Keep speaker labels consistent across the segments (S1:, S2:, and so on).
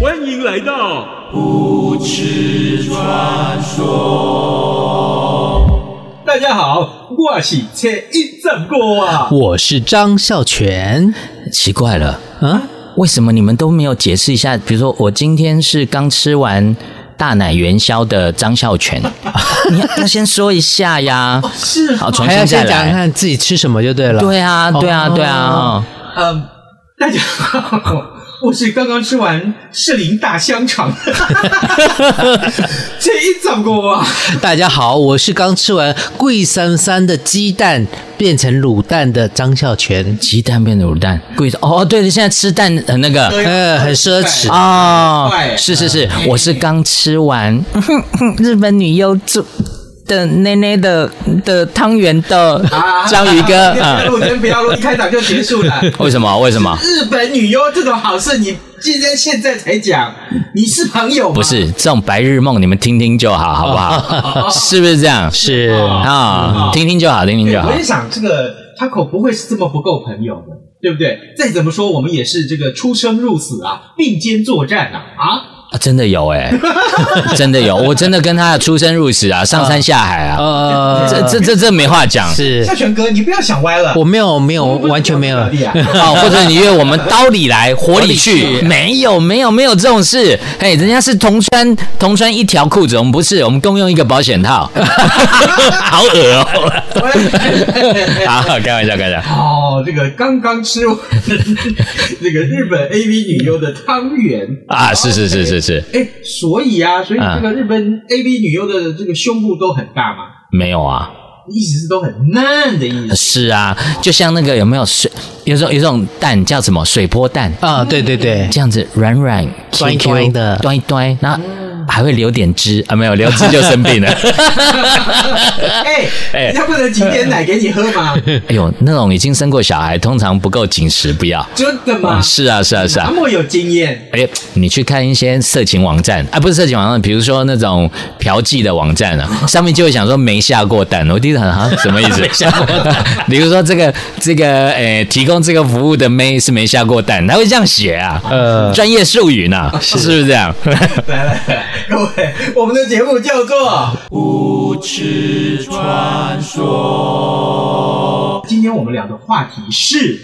S1: 欢迎来到不耻传说。大家好，我是车一正哥啊。
S2: 我是张孝全，
S3: 奇怪了，
S2: 啊，
S3: 为什么你们都没有解释一下？比如说，我今天是刚吃完大奶元宵的张孝 全，你要要先说一下呀。
S1: 是
S3: 好，重
S2: 还要
S3: 新
S2: 先
S3: 再
S2: 讲讲
S3: 来。
S2: 看自己吃什么就对了。
S3: 对啊，对啊，
S2: 哦
S3: 对啊。
S1: 嗯，大家好，我是刚刚吃完士林大香肠， 这一整个啊，
S2: 大家好，我是刚吃完贵三三的鸡蛋变成卤蛋的张孝全，
S3: 鸡蛋变卤蛋，故意说哦，对，现在吃蛋很那个。
S2: 呃，很奢侈啊，
S3: 哦
S1: 对，
S3: 是是是，
S2: 嗯
S3: 我是刚吃 完日本女优煮的奶奶的的汤圆的
S1: 啊
S3: 章鱼 哥
S1: 不
S3: 啊
S1: 要，录先不要录，一开场就结束了。
S3: 为什么？为什么？
S1: 日本女优这种好事，你今天现在才讲，你是朋友吗？
S3: 不是这种白日梦，你们听听就好，好不 好？是不是这样？
S2: 是嗯哎
S3: 啊，听听就好，听听
S1: 对，
S3: 就好
S1: 我。也想这个 Taco 不会是这么不够朋友的，对不对？再怎么说，我们也是这个出生入死啊，并肩作战啊啊！
S3: 啊真的有哎， 真的有，我真的跟他的出生入死啊，上山下海啊，
S2: 呃，
S3: 这这这这没话讲。
S2: 是
S1: 夏泉哥，你不要想歪了，
S2: 我没有没有
S1: 我们不是
S2: 完全没有
S1: 表弟啊
S3: 哦，或者你约我们刀里来火里去，没有没有没有这种事，嘿，人家是同穿同穿一条裤子，我们不是，我们共用一个保险套， 好恶哦、 好，开玩笑，开玩笑。
S1: 哦，这个刚刚吃完这个日本 AV 女优的汤圆
S3: 啊，是是是是是，
S1: 哎，所以啊，所以这个日本 AV 女优的这个胸部都很大嘛，
S3: 没有啊，
S1: 意思是都很嫩的意思。
S3: 是啊，就像那个有没有水，有种有种蛋叫什么水波蛋，
S2: 啊，对对对，
S3: 这样子软软 Q
S2: 端一
S3: Q
S2: 端的嗯
S3: 端一端，然后还会留点汁啊，没有留汁就生病 了。
S1: 哎，
S3: 哎
S1: 人家不能挤点奶给你喝吗？
S3: 哎呦，那种已经生过小孩，通常不够紧实，不要。
S1: 真的吗？
S3: 是啊，是啊，是啊
S1: 那。么有经验
S3: 哎，你去看一些色情网站啊，不是色情网站，比如说那种嫖妓的网站 啊，上面就会想说没下过蛋，我第一想啊，什么意 思？没下过蛋， 比如说这个这个诶，提供这个服务的妹是没下过蛋，他会这样写啊，
S2: 呃
S3: 专业术语呢， 是不是这样？
S1: 来来来， 各位，我们的节目叫做《无耻传说》。今天我们聊的话题是，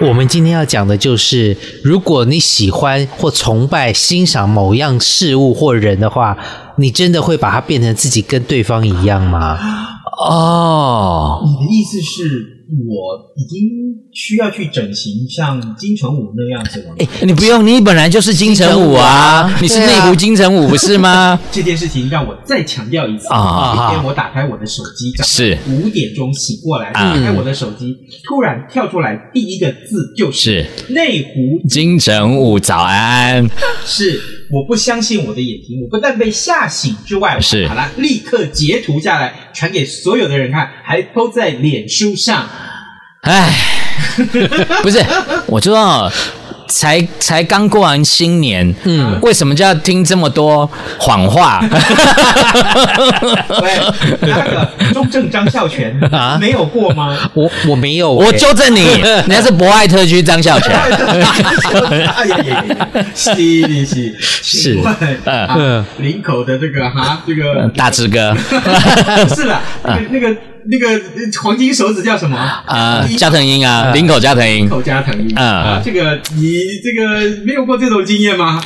S2: 我们今天要讲的就是，如果你喜欢或崇拜、欣赏某样事物或人的话，你真的会把它变成自己跟对方一样吗？
S3: 哦，
S1: 你的意思是我已经需要去整形，像金城武那样子了吗？
S3: 哎你不用，你本来就是金城武啊，你是
S2: 对
S3: 内
S2: 啊
S3: 湖金城武不是吗？
S1: 这件事情让我再强调一次
S3: 啊啊
S1: 有一
S2: 啊
S1: 天我打开我的手机，早
S3: 是
S1: 上五点钟醒过来，打
S3: 啊
S1: 开我的手机，突然跳出来第一个字就是
S3: 是
S1: 内湖
S3: 金城武，早安。
S1: 是，我不相信我的眼睛，我不但被吓醒之外，我
S3: 是
S1: 把它立刻截图下来，传给所有的人看，还 PO 在脸书上。
S3: 唉，不是，我知道，才才刚过完新年，嗯，为什么就要听这么多谎话？
S1: 对，那个中正张孝全
S2: 啊
S1: 没有过吗？
S2: 我我没有、
S3: 我哎纠正你，人家是博爱特区张孝全，
S1: 哎呀呀呀！是是是，请问
S3: 嗯
S1: 啊，林口的这个哈，这个
S3: 大志哥，
S1: 不是啦，那个那个那个黄金手指叫什么？
S3: 呃，
S1: 林
S3: 加藤鹰啊，林口加藤鹰，
S1: 口加藤鹰
S3: 嗯
S1: 啊，这个你这个没有过这种经验吗？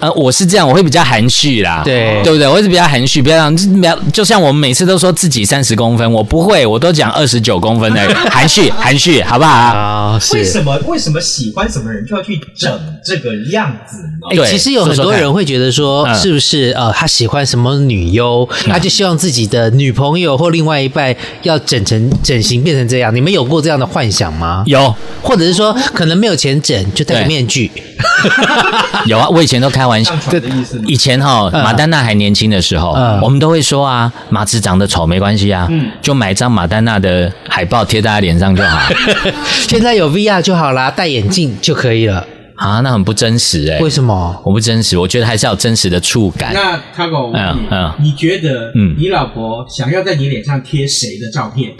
S3: 呃，我是这样，我会比较含蓄啦，
S2: 对
S3: 对不对？我是比较含蓄，不要让就不要，就像我们每次都说自己三十公分，我不会，我都讲二十九公分的，含蓄 含蓄，好不好？
S2: 啊，是
S1: 为什么为什么喜欢什么人就要去整这个样子呢？
S2: 哎、
S3: 对
S2: 其实有很
S3: 说说
S2: 多
S3: 看
S2: 人会觉得说，
S3: 嗯
S2: 是不是呃，他喜欢什么女优，他就希望自己的女朋友或另外一半要整成整形变成这样。你们有过这样的幻想吗？，
S3: 有
S2: 或者是说可能没有钱整，就戴个
S3: 对
S2: 面具。
S3: 有啊，我以前都开玩笑
S1: 上，床的意思吗？
S3: 以前哈、
S2: 嗯
S3: 马丹娜还年轻的时候，
S2: 嗯
S3: 我们都会说啊，马子长得丑没关系啊，
S1: 嗯
S3: 就买一张马丹娜的海报贴在她脸上就好
S2: 现在有 VR 就好啦，戴眼镜就可以了。
S3: 啊，那很不真实哎、
S2: 为什么？
S3: 我不真实，我觉得还是要有真实的触 感。
S1: 那 Taco，
S3: 嗯
S1: 你
S3: 嗯
S1: 你觉得
S3: 嗯
S1: 你老婆想要在你脸上贴谁的照 片？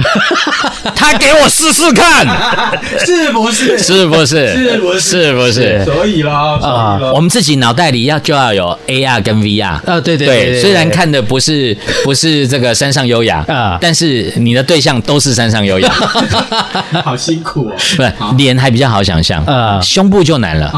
S3: 他给我试试看，
S1: 是不是？
S3: 是不是？
S1: 是不是
S3: 是不是？啊
S1: 所以啦，所以啦
S3: 我们自己脑袋里要就要有 AR 跟 VR。
S2: 啊，对对对，
S3: 虽然看的不是不是这个山上优雅
S2: 啊
S3: 但是你的对象都是山 上优雅，
S1: 好辛苦哦。
S3: 不是
S1: 好
S3: 脸还比较好想象，
S2: 啊
S3: 胸部就难了。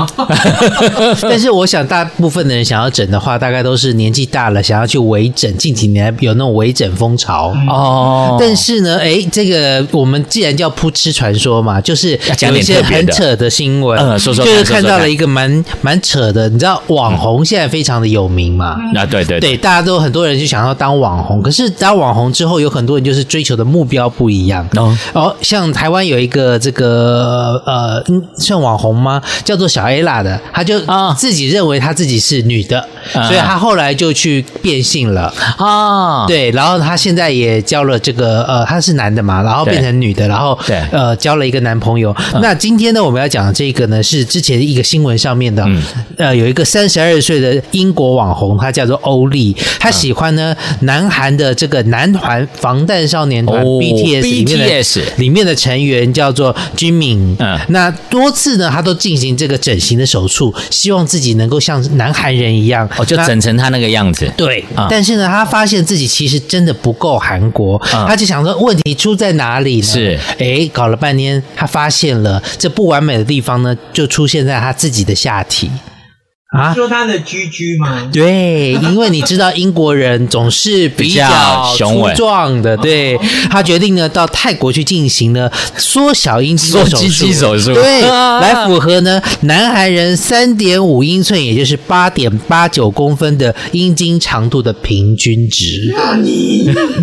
S2: 但是我想，大部分的人想要整的话，大概都是年纪大了，想要去微整。近几年有那种微整风潮。
S3: 哦
S2: 但是呢，哎，这个我们既然叫扑哧传说嘛，就是
S3: 要讲
S2: 有一
S3: 点
S2: 些
S3: 特别
S2: 很
S3: 的
S2: 扯的新闻，
S3: 嗯说说
S2: 就是
S3: 看说
S2: 看
S3: 说
S2: 到了
S3: 看
S2: 一个蛮蛮扯的，你知道网红现在非常的有名嘛？
S3: 啊，对对
S2: 对，大家都很多人就想要当网红，可是当网红之后，有很多人就是追求的目标不一样。
S3: 哦
S2: 哦，像台湾有一个这个呃，嗯算网红吗？叫做小 A 啦的，他就
S3: 啊
S2: 自己认为他自己是女的，
S3: 啊
S2: 所以他后来就去变性了。
S3: 啊，
S2: 对，然后他现在也交了这个呃，他是男的嘛，然后
S3: 对
S2: 变成女的，然后
S3: 对啊
S2: 呃交了一个男朋友。那今天呢，我们要讲的这个呢是之前一个新闻上面的，
S3: 嗯
S2: 呃，有一个三十二岁的英国网红，他叫做欧丽，他喜欢呢、
S3: 啊
S2: 南韩的这个男团防弹少年团、
S3: 哦
S2: BTS 里面的
S3: BTS
S2: 里面的成员叫做 Jimin。
S3: 嗯
S2: 那多次呢，他都进行这个整形的手术，希望自己能够像南韩人一样，
S3: 哦，就
S2: 那
S3: 整成他那个样子。
S2: 对，
S3: 啊
S2: 但是呢，他发现自己其实真的不够韩国，
S3: 啊
S2: 他就想说问题出在哪里呢？
S3: 是，
S2: 哎，搞了半天，他发现了这不完美的地方呢，就出现在他自己的下体啊。
S1: 说他的居居 吗？
S2: 对，因为你知道英国人总是比
S3: 比
S2: 较哦
S3: 较雄
S2: 粗
S3: 伟
S2: 壮的，对他决定呢到泰国去进行呢缩小阴茎的
S3: 缩鸡鸡手术
S2: 对，
S3: 啊
S2: 来符合呢南韩人三点五英寸，也就是八点八九公分的阴茎长度的平均值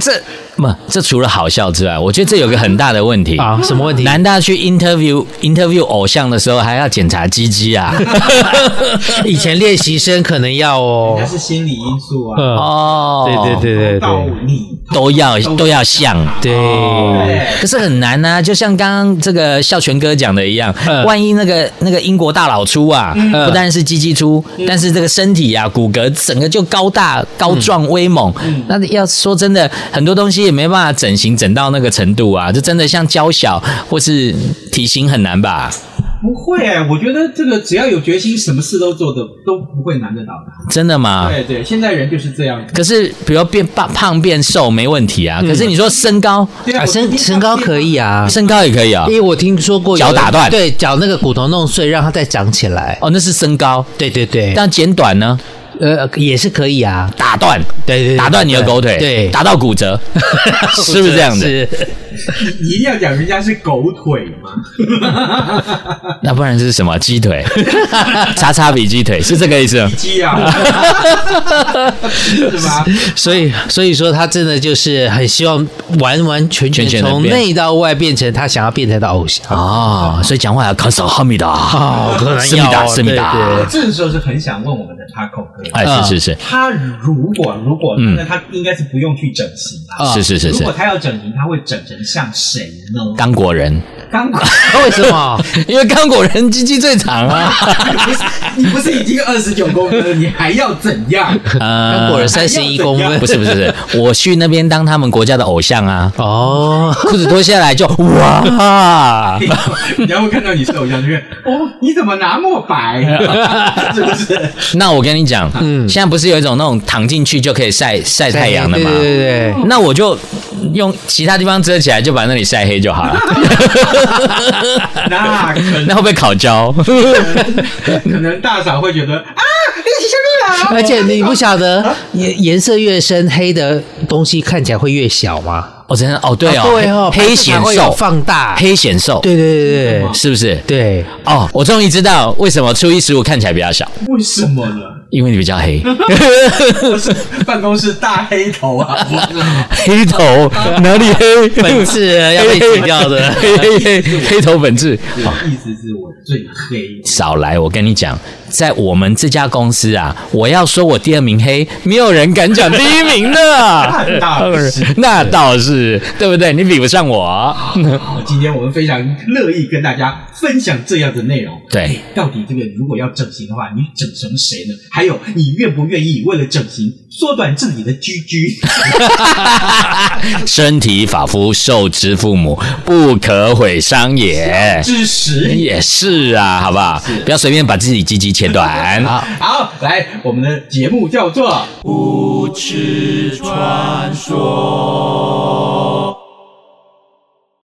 S3: 这不，这除了好笑之外，我觉得这有个很大的问题。
S2: 啊，什么问题？
S3: 难道去 interview interview 偶像的时候还要检查鸡 鸡啊？
S2: 以前练习生可能要哦
S1: 那，是心理因素啊。
S2: 嗯，
S3: 哦，
S2: 对对对对
S1: 到
S2: 对
S1: 你
S3: 都要都要像。
S2: 哦
S3: 哦
S2: 对，
S1: 对
S3: 可是很难呐、就像刚刚这个孝全哥讲的一样，
S2: 嗯
S3: 万一那个那个英国大佬出啊，不但是鸡鸡出，
S2: 嗯
S3: 但是这个身体啊、骨骼整个就高大、高壮、威猛。
S2: 嗯
S3: 那要说真的，很多东西也没办法整形整到那个程度啊，就真的像娇小或是体型很难吧？
S1: 不会、我觉得这个只要有决心，什么事都做的都不会难得到他。
S3: 真的吗？
S1: 对对，现在人就是这样。
S3: 可是，比如变胖胖变瘦没问题
S2: 嗯
S3: 啊，可是你说身高，
S1: 对
S2: 啊，
S1: 啊，
S2: 身
S1: 我
S2: 身高可以啊。
S3: 身高也可以啊、
S2: 因为我听说过有人
S3: 脚打断
S2: 对脚那个骨头弄碎，让它再长起来。
S3: 哦，那是身高，
S2: 对对对，
S3: 但剪短呢？
S2: 呃也是可以啊。
S3: 打断，
S2: 对对对
S3: 打断你的狗腿，
S2: 对
S3: 打到骨 折，是不是这样子？
S2: 是
S1: 你一定要讲人家是狗腿嘛？
S3: 那不然是什么鸡腿？ 叉叉比鸡腿是这个意思吗？
S1: 鸡啊， 是吧？
S2: 所以所以说他真的就是很希望完完全全
S3: 全全地
S2: 从
S3: 变
S2: 内到外变成他想要变成的偶像。
S3: 哦，所以讲话要卡手哈密达，
S2: 哦可能要
S3: 思密达，
S2: 哦
S3: 思密
S2: 对
S3: 达，
S1: 这时候是很想问我们的 Taco 哥，
S3: 哎，是是
S1: 他如果如果
S3: 嗯
S1: 那他应该是不用去整形啊。
S3: 是是是嗯是
S1: 如果
S3: 是，
S1: 他要整形，他会整成像谁呢？
S3: 刚果人，
S1: 刚果，
S2: 为什么？
S3: 因为刚果人鸡鸡最长啊，
S1: 不是你不是已经二十九公分了，你还要怎 样？
S2: 刚
S3: 刚
S2: 果人三十一公 分
S3: 不是不是不是，我去那边当他们国家的偶像啊，
S2: 哦，
S3: 裤子脱下来就 哇，
S1: 你要会看到你是偶像，就是哦，你怎么那么白？ 是不是？
S3: 那我跟你讲，
S2: 嗯
S3: 现在不是有一种那种躺进去就可以晒晒太阳的吗？
S2: 对对对
S3: 那我就用其他地方遮起来，就把那里晒黑就好 了。
S1: 那可能
S3: 那会不会烤焦？
S1: 可能大嫂会觉得啊，你起下啊
S2: 而且你不晓得颜颜色越深，黑的东西看起来会越小吗？
S3: 哦，真的哦，对哦，
S2: 啊对哦，
S3: 黑显
S2: 会有
S3: 瘦，
S2: 放大，
S3: 黑显瘦，
S2: 对对对对
S3: 是不是？
S2: 对，
S3: 哦，我终于知道为什么初一十五看起来比较小，
S1: 为什么 呢？
S3: 因为你比较 黑，
S1: 我是办公室大黑头啊！
S3: 黑头哪里黑？
S2: 哦本质要被洗掉的。
S3: 黑黑黑黑头本质。
S1: 我的意思是我最黑，。
S3: 少来，我跟你讲，在我们这家公司啊，我要说我第二名黑，没有人敢讲第一名的
S1: 大是。
S3: 那倒是，对不对？你比不上我。
S1: 好，今天我们非常乐意跟大家分享这样的内容。
S3: 对，
S1: 到底这个如果要整形的话，你整成谁呢？还有，你愿不愿意为了整形缩短自己的居居？
S3: 身体发肤受之父母，不可毁伤也。
S1: 支持。
S3: 也是啊，好不好？不要随便把自己鸡鸡切短。好，
S1: 好，来，我们的节目叫做。
S4: 无耻传说。